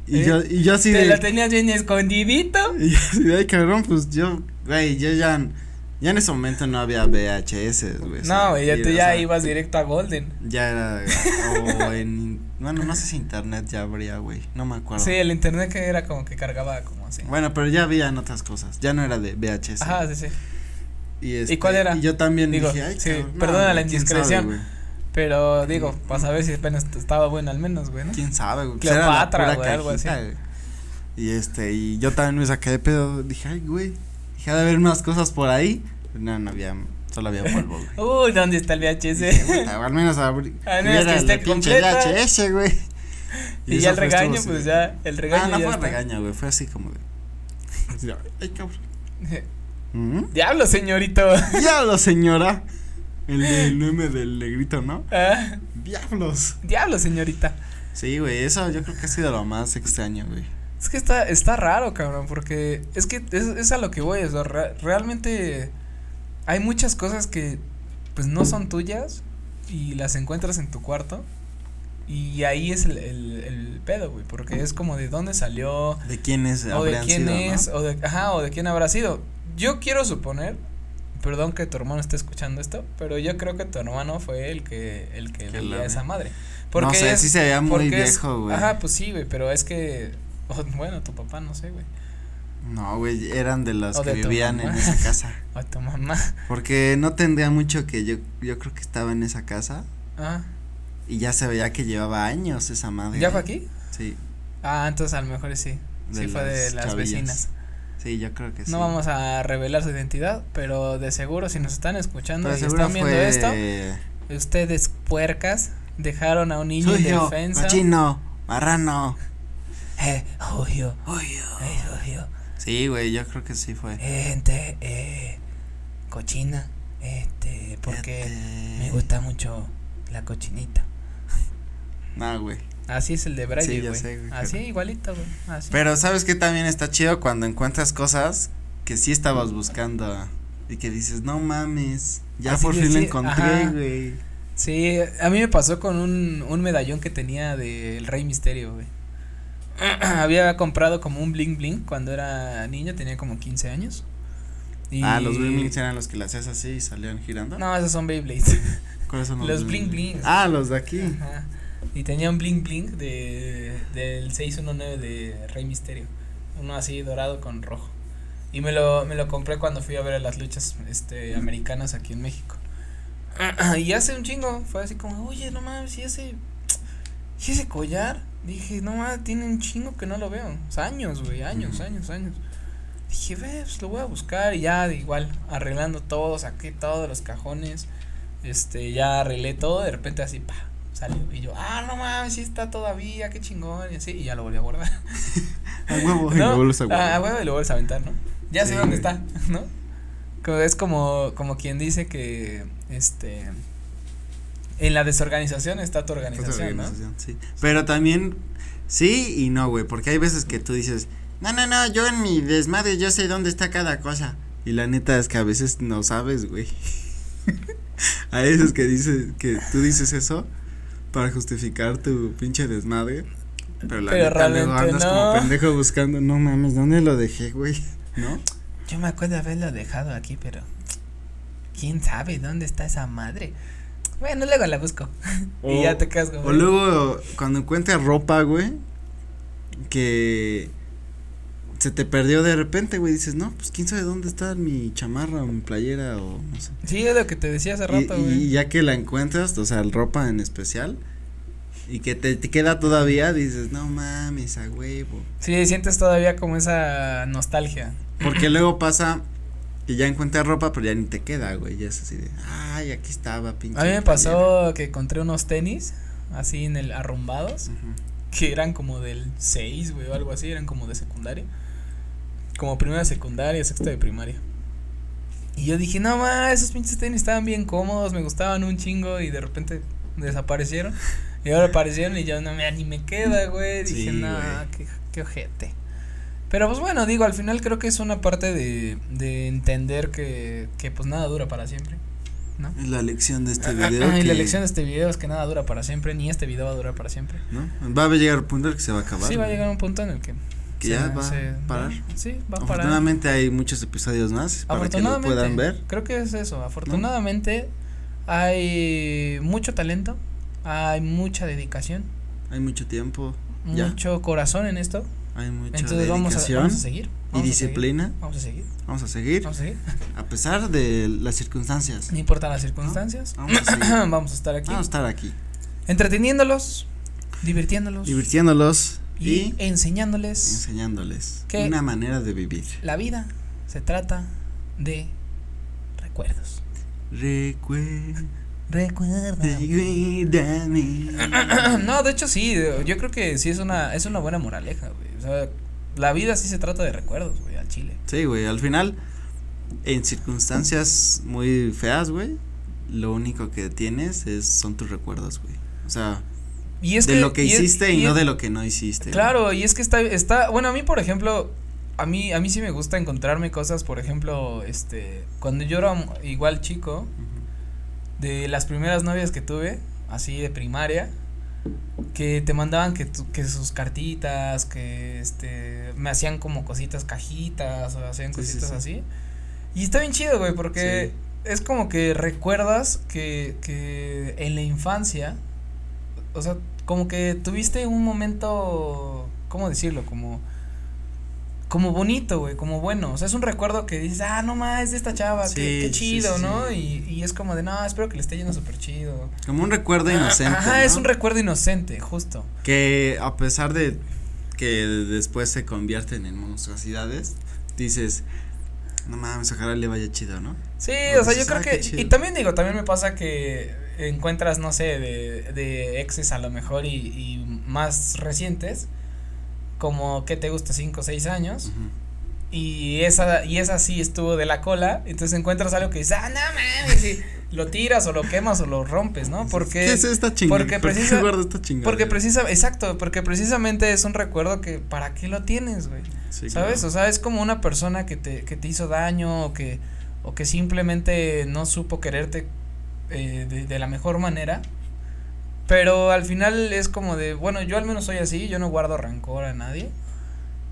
[SPEAKER 1] Y, y
[SPEAKER 2] ¿Eh?
[SPEAKER 1] yo, y yo así
[SPEAKER 2] Te
[SPEAKER 1] de.
[SPEAKER 2] lo tenías bien escondidito.
[SPEAKER 1] y yo así de, ay, cabrón, pues yo, güey, yo ya. Ya en ese momento no había VHS, güey. o sea,
[SPEAKER 2] No, güey, ya
[SPEAKER 1] y,
[SPEAKER 2] tú
[SPEAKER 1] pues, o
[SPEAKER 2] ya
[SPEAKER 1] sea,
[SPEAKER 2] ibas directo a Golden.
[SPEAKER 1] Ya era. O en. Bueno, no sé si internet ya habría, güey. No me acuerdo.
[SPEAKER 2] Sí, el internet que era como que cargaba como así.
[SPEAKER 1] Bueno, pero ya había en otras cosas. Ya no era de VHS.
[SPEAKER 2] Ajá, sí, sí.
[SPEAKER 1] Y, este,
[SPEAKER 2] cuál era?
[SPEAKER 1] Y yo también
[SPEAKER 2] Digo,
[SPEAKER 1] dije, ay,
[SPEAKER 2] sí,
[SPEAKER 1] cabrón, no,
[SPEAKER 2] perdona la
[SPEAKER 1] güey, quién sabe,
[SPEAKER 2] indiscreción.
[SPEAKER 1] güey.
[SPEAKER 2] Pero digo, para saber si apenas t- estaba bueno al menos, güey, ¿no?
[SPEAKER 1] quién sabe, güey. pues era la
[SPEAKER 2] Cleopatra,
[SPEAKER 1] pura
[SPEAKER 2] güey, algo
[SPEAKER 1] cajita,
[SPEAKER 2] así.
[SPEAKER 1] güey. Y este, y yo también me saqué de pedo, dije, ay, güey, dije, ha de haber más cosas por ahí. No, no había, solo había polvo, güey.
[SPEAKER 2] Uy, ¿dónde está el
[SPEAKER 1] Dije,
[SPEAKER 2] VHS?
[SPEAKER 1] "Puta, al menos abrí.
[SPEAKER 2] Al menos
[SPEAKER 1] hubiera
[SPEAKER 2] que esté
[SPEAKER 1] la pinche
[SPEAKER 2] completa".
[SPEAKER 1] VHS, güey.
[SPEAKER 2] y ya
[SPEAKER 1] eso
[SPEAKER 2] el
[SPEAKER 1] fue, estuvo
[SPEAKER 2] regaño,
[SPEAKER 1] así
[SPEAKER 2] pues
[SPEAKER 1] de-
[SPEAKER 2] ya, el regaño
[SPEAKER 1] Ah, no
[SPEAKER 2] ya
[SPEAKER 1] fue
[SPEAKER 2] está.
[SPEAKER 1] regaño, güey, fue así como de. así de, Ay, cabrón. Ujú.
[SPEAKER 2] Diablo, señorito.
[SPEAKER 1] Diablo, señora. El del meme del negrito, ¿no?
[SPEAKER 2] Ah,
[SPEAKER 1] Diablos.
[SPEAKER 2] Diablo, señorita.
[SPEAKER 1] Sí, güey, eso yo creo que ha sido lo más extraño, güey.
[SPEAKER 2] Es que está, está raro, cabrón, porque es que es, es a lo que voy, o sea, re- realmente hay muchas cosas que pues no son tuyas y las encuentras en tu cuarto y ahí es el, el, el pedo, güey, porque es como de dónde salió,
[SPEAKER 1] ¿De quién es?
[SPEAKER 2] o de
[SPEAKER 1] habrían
[SPEAKER 2] quién
[SPEAKER 1] sido, no?
[SPEAKER 2] es, o de, ajá, o de quién habrá sido. Yo quiero suponer, perdón que tu hermano esté escuchando esto, pero yo creo que tu hermano fue el que, el que
[SPEAKER 1] Que
[SPEAKER 2] leía
[SPEAKER 1] la-
[SPEAKER 2] esa madre.
[SPEAKER 1] No sé,
[SPEAKER 2] es-
[SPEAKER 1] sí se veía muy
[SPEAKER 2] porque es-
[SPEAKER 1] viejo, güey.
[SPEAKER 2] Ajá, pues sí, güey, pero es que, o- bueno, tu papá, no sé, güey,
[SPEAKER 1] No, güey, eran de los
[SPEAKER 2] O
[SPEAKER 1] que
[SPEAKER 2] de tu
[SPEAKER 1] vivían en
[SPEAKER 2] mamá.
[SPEAKER 1] esa casa.
[SPEAKER 2] o tu mamá,
[SPEAKER 1] Porque no tendría mucho que yo, yo creo que estaba en esa casa
[SPEAKER 2] ajá,
[SPEAKER 1] y ya se veía que llevaba años esa madre.
[SPEAKER 2] Ah, ¿ya
[SPEAKER 1] ahí.
[SPEAKER 2] fue aquí?
[SPEAKER 1] Sí.
[SPEAKER 2] Ah, entonces a lo mejor sí,
[SPEAKER 1] de
[SPEAKER 2] sí fue de las
[SPEAKER 1] chavillas.
[SPEAKER 2] vecinas.
[SPEAKER 1] Sí, yo creo que sí.
[SPEAKER 2] No vamos a revelar su identidad, pero de seguro si nos están escuchando
[SPEAKER 1] Pero
[SPEAKER 2] y
[SPEAKER 1] seguro
[SPEAKER 2] están viendo
[SPEAKER 1] fue
[SPEAKER 2] esto, ustedes puercas dejaron a un niño
[SPEAKER 1] Suyo,
[SPEAKER 2] indefenso.
[SPEAKER 1] cochino, marrano.
[SPEAKER 2] Eh, Julio, eh, Julio,
[SPEAKER 1] Sí, güey, yo creo que sí fue.
[SPEAKER 2] eh, gente, eh, cochina, este, porque
[SPEAKER 1] Este-
[SPEAKER 2] me gusta mucho la cochinita.
[SPEAKER 1] No, güey.
[SPEAKER 2] Así es el de
[SPEAKER 1] Sí,
[SPEAKER 2] Braille,
[SPEAKER 1] ya
[SPEAKER 2] güey.
[SPEAKER 1] sé, güey,
[SPEAKER 2] Así,
[SPEAKER 1] pero-
[SPEAKER 2] igualito, güey. Así.
[SPEAKER 1] Pero sabes que también está chido cuando encuentras cosas que sí estabas buscando y que dices, no mames, ya
[SPEAKER 2] Así
[SPEAKER 1] por
[SPEAKER 2] de
[SPEAKER 1] fin lo
[SPEAKER 2] sí,
[SPEAKER 1] encontré,
[SPEAKER 2] ajá.
[SPEAKER 1] güey.
[SPEAKER 2] Sí, a mí me pasó con un, un medallón que tenía del Rey Misterio, güey. Había comprado como un bling bling cuando era niño, tenía como 15 años. Y-
[SPEAKER 1] Ah, los Blimblings eran los que le hacías así y salían girando.
[SPEAKER 2] No, esos son Beyblades.
[SPEAKER 1] ¿Cuáles son
[SPEAKER 2] los
[SPEAKER 1] Bling
[SPEAKER 2] Bling Blings.
[SPEAKER 1] Ah, los de aquí.
[SPEAKER 2] Ajá. Y tenía un bling bling de, del 619 de Rey Misterio. Uno así dorado con rojo. Y me lo, me lo compré cuando fui a ver a las luchas este, americanas aquí en México. Y hace un chingo, fue así como, oye, no mames, y ese, y ese collar. Dije, no mames, tiene un chingo que no lo veo. O sea, años, güey, años,
[SPEAKER 1] Ujú.
[SPEAKER 2] años, años. Dije, ve, pues lo voy a buscar. Y ya, de igual, arreglando todo, saqué todos los cajones. Este, ya arreglé todo, de repente así, pa, salió. Y yo, ah, no mames, sí está todavía, qué chingón. Y así, y ya lo volví a guardar.
[SPEAKER 1] A huevo, y
[SPEAKER 2] ¿No?
[SPEAKER 1] lo vuelves a guardar.
[SPEAKER 2] Ah, a huevo y lo vuelves a aventar, ¿no? Ya
[SPEAKER 1] Sí,
[SPEAKER 2] sé dónde
[SPEAKER 1] güey.
[SPEAKER 2] está, ¿no? Como- es como, como quien dice que, este, en la desorganización está tu
[SPEAKER 1] Otra
[SPEAKER 2] organización, ¿no?
[SPEAKER 1] Pues, organización, sí. Pero también sí y no, güey, porque hay veces que tú dices, no, no, no, yo en mi desmadre yo sé dónde está cada cosa. Y la neta es que a veces no sabes, güey. hay veces que dices, que tú dices eso para justificar tu pinche desmadre. Pero la
[SPEAKER 2] Pero
[SPEAKER 1] neta luego
[SPEAKER 2] realmente
[SPEAKER 1] andas
[SPEAKER 2] no.
[SPEAKER 1] como pendejo buscando, no mames, ¿dónde lo dejé, güey? ¿No?
[SPEAKER 2] Yo me acuerdo haberlo dejado aquí, pero quién sabe dónde está esa madre. Bueno, luego la busco. y ya te quedas como-
[SPEAKER 1] O luego, cuando encuentras ropa, güey, que se te perdió de repente, güey, dices, no, pues quién sabe dónde está mi chamarra o mi playera o no sé.
[SPEAKER 2] Sí, es lo que te decía hace
[SPEAKER 1] Y-
[SPEAKER 2] rato,
[SPEAKER 1] y,
[SPEAKER 2] güey.
[SPEAKER 1] y ya que la encuentras, o sea, el ropa en especial, y que te, te queda todavía, dices, no mames, a huevo.
[SPEAKER 2] Sí, sientes todavía como esa nostalgia.
[SPEAKER 1] Porque luego pasa que ya encuentras ropa, pero ya ni te queda, güey, ya es así de, ay, aquí estaba, pinche.
[SPEAKER 2] A mí me
[SPEAKER 1] playera". eh.
[SPEAKER 2] pasó que encontré unos tenis así en el arrumbados
[SPEAKER 1] Ujú.
[SPEAKER 2] que eran como del 6, güey, o algo así, eran como de secundaria. Como primera de secundaria, sexta de primaria. Y yo dije, no ma, esos pinches tenis estaban bien cómodos, me gustaban un chingo y de repente desaparecieron. Y ahora aparecieron y yo, no, mira, ni me queda, güey. Dije,
[SPEAKER 1] Sí,
[SPEAKER 2] no,
[SPEAKER 1] güey.
[SPEAKER 2] qué, qué ojete. Pero pues bueno, digo, al final creo que es una parte de, de entender que, que pues nada dura para siempre. ¿No?
[SPEAKER 1] Es la lección de este
[SPEAKER 2] Ah,
[SPEAKER 1] video.
[SPEAKER 2] y la
[SPEAKER 1] que-
[SPEAKER 2] lección de este video es que nada dura para siempre, ni este video va a durar para siempre.
[SPEAKER 1] ¿no? Va a llegar un punto en el que se va a acabar.
[SPEAKER 2] Sí, va a
[SPEAKER 1] güey.
[SPEAKER 2] llegar un punto en el que.
[SPEAKER 1] Ah, Que
[SPEAKER 2] se-
[SPEAKER 1] ya va
[SPEAKER 2] se-
[SPEAKER 1] a parar.
[SPEAKER 2] Sí, va a parar.
[SPEAKER 1] Afortunadamente hay muchos episodios más para que lo
[SPEAKER 2] Afortunadamente.
[SPEAKER 1] puedan ver.
[SPEAKER 2] Creo que es eso. Afortunadamente hay mucho talento, hay mucha dedicación,
[SPEAKER 1] Hay mucho tiempo, Ya.
[SPEAKER 2] mucho corazón en esto.
[SPEAKER 1] hay mucha
[SPEAKER 2] Entonces vamos a,
[SPEAKER 1] dedicación
[SPEAKER 2] vamos a seguir.
[SPEAKER 1] y
[SPEAKER 2] vamos a seguir,
[SPEAKER 1] disciplina.
[SPEAKER 2] Vamos a seguir.
[SPEAKER 1] Vamos a seguir
[SPEAKER 2] Vamos a seguir.
[SPEAKER 1] a pesar de las circunstancias.
[SPEAKER 2] No importan las circunstancias.
[SPEAKER 1] Vamos a seguir.
[SPEAKER 2] Vamos a estar aquí.
[SPEAKER 1] Ah, Vamos a estar aquí
[SPEAKER 2] Entreteniéndolos, divirtiéndolos
[SPEAKER 1] divirtiéndolos
[SPEAKER 2] y
[SPEAKER 1] y
[SPEAKER 2] enseñándoles.
[SPEAKER 1] enseñándoles
[SPEAKER 2] ¿Qué?
[SPEAKER 1] una manera de vivir.
[SPEAKER 2] La vida se trata de recuerdos.
[SPEAKER 1] Recuer-
[SPEAKER 2] Recuerda.
[SPEAKER 1] Recuérdame.
[SPEAKER 2] no, de hecho sí, yo creo que sí es una es una buena moraleja, güey. O sea, la vida sí se trata de recuerdos, güey, al chile.
[SPEAKER 1] Sí, güey, al final, en circunstancias muy feas, güey, lo único que tienes es, son tus recuerdos, güey. O sea,
[SPEAKER 2] Y es
[SPEAKER 1] de
[SPEAKER 2] que,
[SPEAKER 1] lo que
[SPEAKER 2] y es-
[SPEAKER 1] hiciste y,
[SPEAKER 2] y
[SPEAKER 1] no
[SPEAKER 2] es-
[SPEAKER 1] de lo que no hiciste.
[SPEAKER 2] Claro, y es que está, está, bueno, a mí, por ejemplo, a mí, a mí sí me gusta encontrarme cosas, por ejemplo, este, cuando yo era mu- igual chico, de las primeras novias que tuve, así de primaria, que te mandaban que, tu- que sus cartitas, que, este, me hacían como cositas, cajitas, o hacían
[SPEAKER 1] Sí, sí,
[SPEAKER 2] cositas
[SPEAKER 1] sí.
[SPEAKER 2] así. Y está bien chido, güey, porque es como que recuerdas que, que en la infancia, o sea, como que tuviste un momento, ¿cómo decirlo? Como, como bonito, güey, como bueno. O sea, es un recuerdo que dices, ah, no más, es de esta chava, qué,
[SPEAKER 1] Sí,
[SPEAKER 2] qué
[SPEAKER 1] sí,
[SPEAKER 2] chido,
[SPEAKER 1] sí,
[SPEAKER 2] ¿no?
[SPEAKER 1] sí.
[SPEAKER 2] Y, y es como de, no, espero que le esté yendo súper chido.
[SPEAKER 1] Como un recuerdo inocente.
[SPEAKER 2] Ajá, es
[SPEAKER 1] ¿no?
[SPEAKER 2] un recuerdo inocente, justo.
[SPEAKER 1] Que a pesar de que después se convierten en monstruosidades, dices, no mames, ojalá le vaya chido, ¿no?
[SPEAKER 2] Sí,
[SPEAKER 1] Porque
[SPEAKER 2] o sea, yo
[SPEAKER 1] dices,
[SPEAKER 2] creo
[SPEAKER 1] "Ah, qué
[SPEAKER 2] que. Y
[SPEAKER 1] chido".
[SPEAKER 2] también digo, también me pasa que encuentras, no sé, de, de exes a lo mejor y, y más recientes, como que te gusta, cinco o seis años,
[SPEAKER 1] Ujú.
[SPEAKER 2] y esa, y esa sí estuvo de la cola, entonces encuentras algo que dices, ah, no mames, y lo tiras o lo quemas o lo rompes, ¿no? Porque.
[SPEAKER 1] ¿Qué es esta chingada?
[SPEAKER 2] porque
[SPEAKER 1] ¿Por qué
[SPEAKER 2] precisa-
[SPEAKER 1] guardo esta chingada?
[SPEAKER 2] Porque precisa, exacto, porque precisamente es un recuerdo que para qué lo tienes, güey.
[SPEAKER 1] Sí,
[SPEAKER 2] ¿Sabes?
[SPEAKER 1] claro.
[SPEAKER 2] O sea, es como una persona que te, que te hizo daño o que, o que simplemente no supo quererte eh, de, de la mejor manera. Pero al final es como de, bueno, yo al menos soy así, yo no guardo rancor a nadie.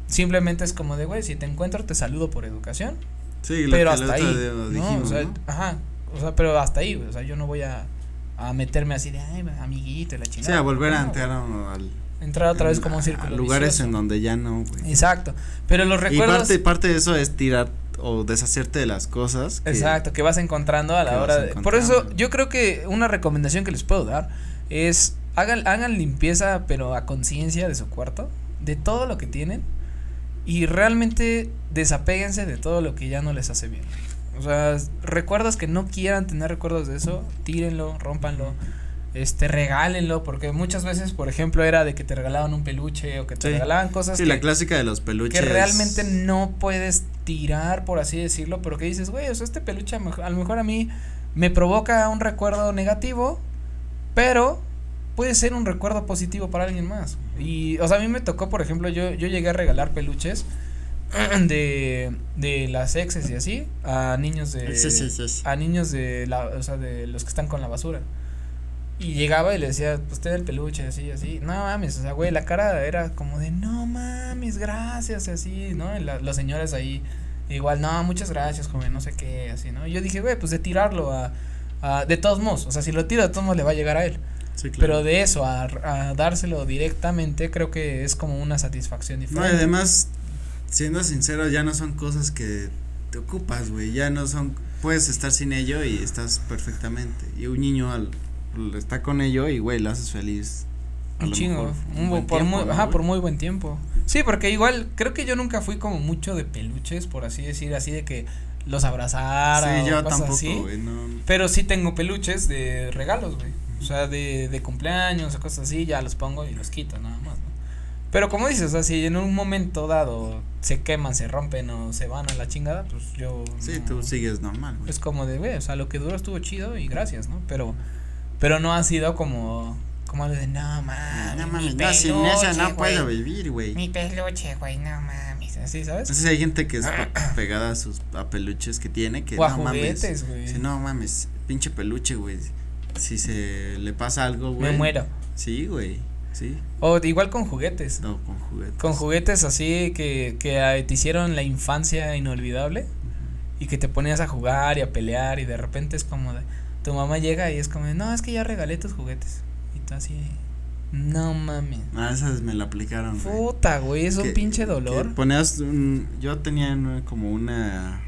[SPEAKER 2] Simplemente es como de, güey, si te encuentro te saludo por educación.
[SPEAKER 1] Sí, lo
[SPEAKER 2] pero
[SPEAKER 1] que el
[SPEAKER 2] hasta ahí.
[SPEAKER 1] otro día
[SPEAKER 2] ¿no?
[SPEAKER 1] dijimos,
[SPEAKER 2] o sea,
[SPEAKER 1] ¿no?
[SPEAKER 2] Ajá. O sea, pero hasta ahí, güey, o sea, yo no voy a, a meterme así de, ay, amiguito y la
[SPEAKER 1] Sí,
[SPEAKER 2] chingada.
[SPEAKER 1] a volver a
[SPEAKER 2] No,
[SPEAKER 1] entrar a un- al,
[SPEAKER 2] Entrar otra vez como un
[SPEAKER 1] a-
[SPEAKER 2] círculo.
[SPEAKER 1] a lugares
[SPEAKER 2] vicioso.
[SPEAKER 1] en donde ya no, güey.
[SPEAKER 2] Exacto. Pero los
[SPEAKER 1] Y
[SPEAKER 2] recuerdos.
[SPEAKER 1] parte, parte de eso es tirar o deshacerte de las cosas. que-
[SPEAKER 2] Exacto, que vas encontrando a
[SPEAKER 1] que
[SPEAKER 2] la
[SPEAKER 1] vas
[SPEAKER 2] hora de. Por eso,
[SPEAKER 1] encontrando.
[SPEAKER 2] yo creo que una recomendación que les puedo dar es hagan, hagan limpieza, pero a conciencia de su cuarto, de todo lo que tienen, y realmente desapéguense de todo lo que ya no les hace bien. O sea, recuerdos que no quieran tener recuerdos de eso, tírenlo, rómpanlo, este, regálenlo, porque muchas veces, por ejemplo, era de que te regalaban un peluche o que te
[SPEAKER 1] Sí.
[SPEAKER 2] regalaban cosas
[SPEAKER 1] Sí,
[SPEAKER 2] que,
[SPEAKER 1] la clásica de los peluches.
[SPEAKER 2] que realmente no puedes tirar, por así decirlo, pero que dices, güey, o sea, este peluche a, mej- a lo mejor a mí me provoca un recuerdo negativo, pero puede ser un recuerdo positivo para alguien más. Y, o sea, a mí me tocó, por ejemplo, yo, yo llegué a regalar peluches de, de las exes y así a niños de
[SPEAKER 1] Exes, exes.
[SPEAKER 2] a niños de la o sea de los que están con la basura y llegaba y le decía pues te da el peluche así así no mames o sea güey la cara era como de no mames gracias y así no y la- las señoras ahí igual no muchas gracias joven no sé qué así no yo dije güey pues de tirarlo a, a- de todos modos o sea si lo tiro de todos modos le va a llegar a él
[SPEAKER 1] Sí, claro.
[SPEAKER 2] pero de eso a, a dárselo directamente creo que es como una satisfacción
[SPEAKER 1] No, y
[SPEAKER 2] diferente
[SPEAKER 1] además, siendo sincero, ya no son cosas que te ocupas, güey. Ya no son. Puedes estar sin ello y estás perfectamente. Y un niño al, está con ello y, güey, lo haces feliz. a
[SPEAKER 2] Un
[SPEAKER 1] lo
[SPEAKER 2] chingo.
[SPEAKER 1] mejor
[SPEAKER 2] un
[SPEAKER 1] buen
[SPEAKER 2] bu- por
[SPEAKER 1] tiempo,
[SPEAKER 2] muy,
[SPEAKER 1] ¿no,
[SPEAKER 2] ajá,
[SPEAKER 1] güey?
[SPEAKER 2] por muy buen tiempo. Sí, porque igual creo que yo nunca fui como mucho de peluches, por así decir, así de que los abrazara.
[SPEAKER 1] Sí,
[SPEAKER 2] o
[SPEAKER 1] yo
[SPEAKER 2] cosas
[SPEAKER 1] tampoco,
[SPEAKER 2] así.
[SPEAKER 1] güey. No,
[SPEAKER 2] Pero sí tengo peluches de regalos, güey. O sea, de, de cumpleaños o cosas así, ya los pongo y los quito, nada más, ¿no? Pero como dices, o sea, si en un momento dado se queman, se rompen o se van a la chingada, pues yo.
[SPEAKER 1] sí,
[SPEAKER 2] no-
[SPEAKER 1] tú sigues normal, güey.
[SPEAKER 2] es como de, güey, o sea, lo que duró estuvo chido y gracias, ¿no? Pero, pero no ha sido como, como algo de, no mames,
[SPEAKER 1] Ah, no
[SPEAKER 2] mi
[SPEAKER 1] mames, no, sin
[SPEAKER 2] peluche,
[SPEAKER 1] eso no
[SPEAKER 2] güey,
[SPEAKER 1] puedo vivir, güey. Pues
[SPEAKER 2] Mi peluche, güey, no mames, así,
[SPEAKER 1] No
[SPEAKER 2] ¿sabes?
[SPEAKER 1] sé si hay gente que está pegada a sus a peluches que tiene, que
[SPEAKER 2] O a
[SPEAKER 1] no mames.
[SPEAKER 2] juguetes, güey.
[SPEAKER 1] dice, no mames, pinche peluche, güey. Si se le pasa algo, güey.
[SPEAKER 2] Me muero.
[SPEAKER 1] Sí, güey. Sí.
[SPEAKER 2] O de- igual con juguetes.
[SPEAKER 1] No, con juguetes.
[SPEAKER 2] Con juguetes así que, que ah, te hicieron la infancia inolvidable y que te ponías a jugar y a pelear y de repente es como de, tu mamá llega y es como de, no, es que ya regalé tus juguetes. Y tú así, no mames.
[SPEAKER 1] Ah, esas me la aplicaron. güey.
[SPEAKER 2] Puta, güey, es un
[SPEAKER 1] Que-
[SPEAKER 2] pinche
[SPEAKER 1] que
[SPEAKER 2] dolor.
[SPEAKER 1] ponías un. Yo tenía una- como una.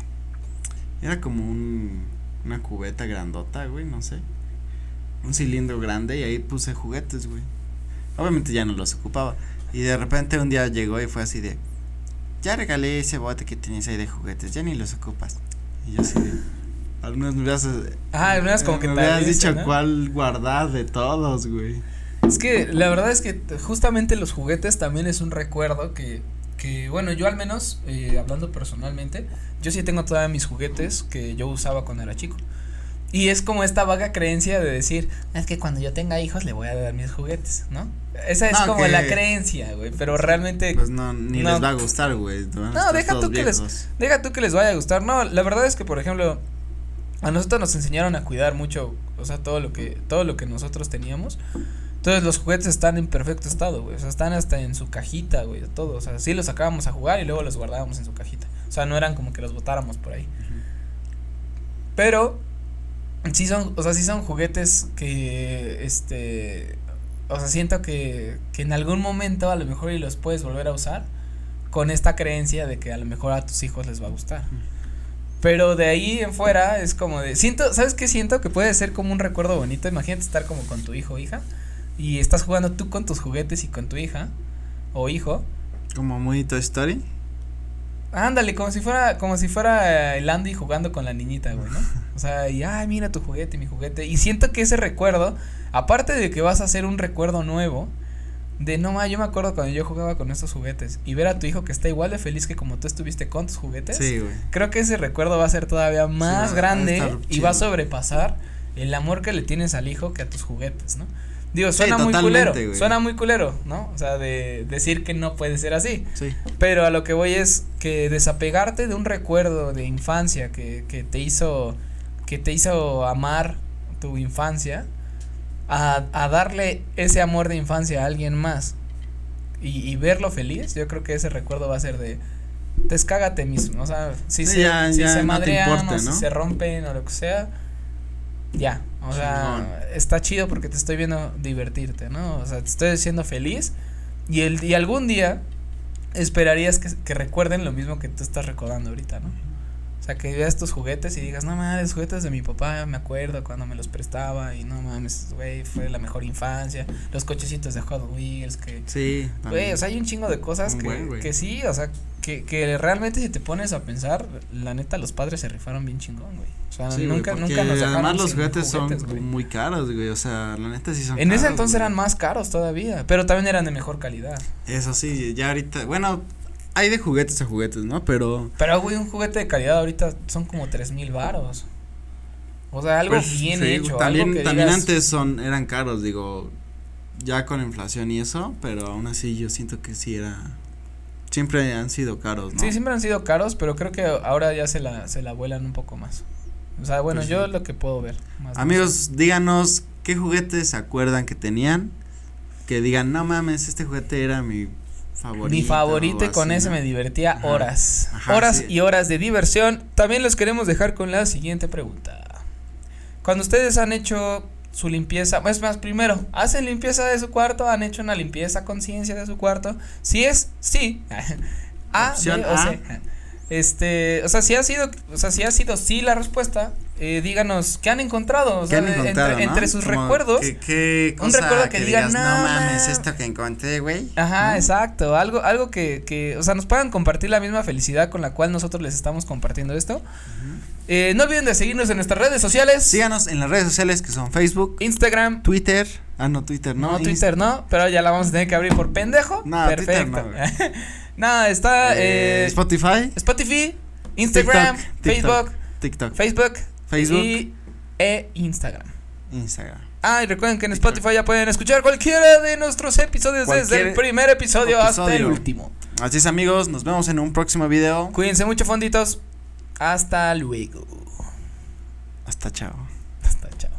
[SPEAKER 1] Era como un. Una cubeta grandota, güey, no sé. Un cilindro grande y ahí puse juguetes, güey. Obviamente ya no los ocupaba. Y de repente un día llegó y fue así de. Ya regalé ese bote que tenías ahí de juguetes, ya ni los ocupas. Y yo así de. Algunos me hubieras.
[SPEAKER 2] Ah, al menos como que
[SPEAKER 1] me
[SPEAKER 2] te
[SPEAKER 1] hubieras
[SPEAKER 2] abriste,
[SPEAKER 1] dicho
[SPEAKER 2] ¿no?
[SPEAKER 1] cuál guardar de todos, güey.
[SPEAKER 2] Es que la verdad es que t- justamente los juguetes también es un recuerdo que, que bueno, yo al menos, eh, hablando personalmente, yo sí tengo todavía mis juguetes que yo usaba cuando era chico. Y es como esta vaga creencia de decir, es que cuando yo tenga hijos le voy a dar mis juguetes, ¿no? Esa es
[SPEAKER 1] No,
[SPEAKER 2] como
[SPEAKER 1] que-
[SPEAKER 2] la creencia, güey, pero realmente
[SPEAKER 1] Ah, Pues no, ni
[SPEAKER 2] No.
[SPEAKER 1] les va a gustar, güey.
[SPEAKER 2] No, deja tú, que les, deja tú que les vaya a gustar. No, la verdad es que, por ejemplo, a nosotros nos enseñaron a cuidar mucho, o sea, todo lo que, todo lo que nosotros teníamos. Entonces los juguetes están en perfecto estado, güey. O sea, están hasta en su cajita, güey, todo. O sea, sí los sacábamos a jugar y luego los guardábamos en su cajita. O sea, no eran como que los botáramos por ahí. Pero sí son, o sea, sí son juguetes que este o sea, siento que que en algún momento a lo mejor y los puedes volver a usar con esta creencia de que a lo mejor a tus hijos les va a gustar. Pero de ahí en fuera es como de siento, ¿sabes qué siento? Que puede ser como un recuerdo bonito. Imagínate estar como con tu hijo o hija y estás jugando tú con tus juguetes y con tu hija o hijo.
[SPEAKER 1] Como muy Toy Story.
[SPEAKER 2] Ándale, como si fuera, como si fuera eh, el Andy jugando con la niñita, güey, ¿no? O sea, y ay, mira tu juguete, mi juguete. Y siento que ese recuerdo, aparte de que vas a hacer un recuerdo nuevo, de no ma, yo me acuerdo cuando yo jugaba con estos juguetes. Y ver a tu hijo que está igual de feliz que como tú estuviste con tus juguetes.
[SPEAKER 1] Sí, güey.
[SPEAKER 2] Creo que ese recuerdo va a ser todavía más
[SPEAKER 1] va- va a
[SPEAKER 2] grande
[SPEAKER 1] estar
[SPEAKER 2] y va a
[SPEAKER 1] chido.
[SPEAKER 2] sobrepasar el amor que le tienes al hijo que a tus juguetes, ¿no? Digo,
[SPEAKER 1] Sí,
[SPEAKER 2] suena muy culero,
[SPEAKER 1] totalmente, güey.
[SPEAKER 2] suena muy culero, ¿no? O sea, de decir que no puede ser así.
[SPEAKER 1] Sí.
[SPEAKER 2] Pero a lo que voy es que desapegarte de un recuerdo de infancia que, que te hizo que te hizo amar tu infancia a, a darle ese amor de infancia a alguien más y, y verlo feliz, yo creo que ese recuerdo va a ser de descágate mismo, o sea, si
[SPEAKER 1] Sí,
[SPEAKER 2] se,
[SPEAKER 1] ya-
[SPEAKER 2] si
[SPEAKER 1] ya
[SPEAKER 2] se
[SPEAKER 1] no te
[SPEAKER 2] madrean
[SPEAKER 1] importa,
[SPEAKER 2] o si
[SPEAKER 1] ¿no?
[SPEAKER 2] se rompen o lo que sea, ya, o sea, está chido porque te estoy viendo divertirte, ¿no? O sea, te estoy haciendo feliz y, el, y algún día esperarías que, que recuerden lo mismo que tú estás recordando ahorita, ¿no? O sea, que veas tus juguetes y digas, no mames, juguetes de mi papá, me acuerdo cuando me los prestaba y no mames, güey, fue la mejor infancia. Los cochecitos de Hot Wheels, que...
[SPEAKER 1] Sí.
[SPEAKER 2] Güey,
[SPEAKER 1] también.
[SPEAKER 2] o sea, hay un chingo de cosas
[SPEAKER 1] Un
[SPEAKER 2] que,
[SPEAKER 1] buen, güey.
[SPEAKER 2] que sí, o sea, que, que realmente si te pones a pensar, la neta, los padres se rifaron bien chingón, güey. O sea,
[SPEAKER 1] Sí, güey,
[SPEAKER 2] nunca,
[SPEAKER 1] porque
[SPEAKER 2] nunca nos dejaron
[SPEAKER 1] Además, los
[SPEAKER 2] sin
[SPEAKER 1] juguetes, son
[SPEAKER 2] güey.
[SPEAKER 1] muy caros, güey. O sea, la neta sí son
[SPEAKER 2] En ese
[SPEAKER 1] caros,
[SPEAKER 2] entonces
[SPEAKER 1] güey.
[SPEAKER 2] eran más caros todavía, pero también eran de mejor calidad.
[SPEAKER 1] Eso sí, ya ahorita. Bueno, hay de juguetes a juguetes, ¿no? Pero.
[SPEAKER 2] Pero, güey, un juguete de calidad ahorita son como tres mil varos. O sea, algo
[SPEAKER 1] pues,
[SPEAKER 2] bien
[SPEAKER 1] sí,
[SPEAKER 2] hecho.
[SPEAKER 1] También,
[SPEAKER 2] algo que
[SPEAKER 1] también
[SPEAKER 2] digas,
[SPEAKER 1] antes son, eran caros, digo. Ya con inflación y eso, pero aún así yo siento que sí era. Siempre han sido caros, ¿no?
[SPEAKER 2] Sí, siempre han sido caros, pero creo que ahora ya se la, se la vuelan un poco más. O sea, bueno,
[SPEAKER 1] Pues
[SPEAKER 2] yo
[SPEAKER 1] sí.
[SPEAKER 2] lo que puedo ver. más no
[SPEAKER 1] Amigos, díganos qué juguetes se acuerdan que tenían. Que digan, no mames, este juguete era mi
[SPEAKER 2] sé.
[SPEAKER 1] favorito.
[SPEAKER 2] Mi
[SPEAKER 1] o
[SPEAKER 2] favorito y con
[SPEAKER 1] así,
[SPEAKER 2] ese
[SPEAKER 1] ¿no?
[SPEAKER 2] me divertía
[SPEAKER 1] Ajá.
[SPEAKER 2] horas.
[SPEAKER 1] Ajá,
[SPEAKER 2] horas
[SPEAKER 1] sí.
[SPEAKER 2] y horas de diversión. También los queremos dejar con la siguiente pregunta. Cuando ustedes han hecho su limpieza, es más, primero, ¿hacen limpieza de su cuarto? ¿Han hecho una limpieza a conciencia de su cuarto? Si es, sí. A, B
[SPEAKER 1] Opción
[SPEAKER 2] o
[SPEAKER 1] A.
[SPEAKER 2] C. Este, o sea, si ha sido, o sea, si ha sido sí la respuesta, eh, díganos, ¿qué han encontrado? O
[SPEAKER 1] ¿Qué
[SPEAKER 2] sea,
[SPEAKER 1] han
[SPEAKER 2] de- entre-
[SPEAKER 1] encontrado,
[SPEAKER 2] entre,
[SPEAKER 1] no?
[SPEAKER 2] sus
[SPEAKER 1] Como
[SPEAKER 2] recuerdos.
[SPEAKER 1] que- que
[SPEAKER 2] un
[SPEAKER 1] cosa
[SPEAKER 2] recuerdo que diga, "No mames".
[SPEAKER 1] mames, esto que encontré, güey.
[SPEAKER 2] Ajá,
[SPEAKER 1] ¿no?
[SPEAKER 2] exacto. Algo, algo que, que, o sea, nos puedan compartir la misma felicidad con la cual nosotros les estamos compartiendo esto. Eh, no olviden de seguirnos en nuestras redes sociales.
[SPEAKER 1] Síganos en las redes sociales que son Facebook,
[SPEAKER 2] Instagram.
[SPEAKER 1] Twitter. Ah, no, Twitter,
[SPEAKER 2] No,
[SPEAKER 1] no. Inst-
[SPEAKER 2] Twitter no, pero ya la vamos a tener que abrir por pendejo.
[SPEAKER 1] No, Twitter
[SPEAKER 2] Perfecto.
[SPEAKER 1] no,
[SPEAKER 2] Nada, está
[SPEAKER 1] eh,
[SPEAKER 2] eh,
[SPEAKER 1] Spotify,
[SPEAKER 2] Spotify, Instagram,
[SPEAKER 1] TikTok,
[SPEAKER 2] Facebook,
[SPEAKER 1] TikTok,
[SPEAKER 2] Facebook,
[SPEAKER 1] Facebook.
[SPEAKER 2] y e Instagram.
[SPEAKER 1] Instagram.
[SPEAKER 2] Ah, y recuerden que en
[SPEAKER 1] TikTok.
[SPEAKER 2] Spotify ya pueden escuchar cualquiera de nuestros episodios desde el
[SPEAKER 1] Cualquier
[SPEAKER 2] primer episodio hasta el
[SPEAKER 1] episodio.
[SPEAKER 2] último.
[SPEAKER 1] Así es, amigos. Nos vemos en un próximo video.
[SPEAKER 2] Cuídense mucho, fonditos. Hasta luego.
[SPEAKER 1] Hasta chao.
[SPEAKER 2] Hasta chao.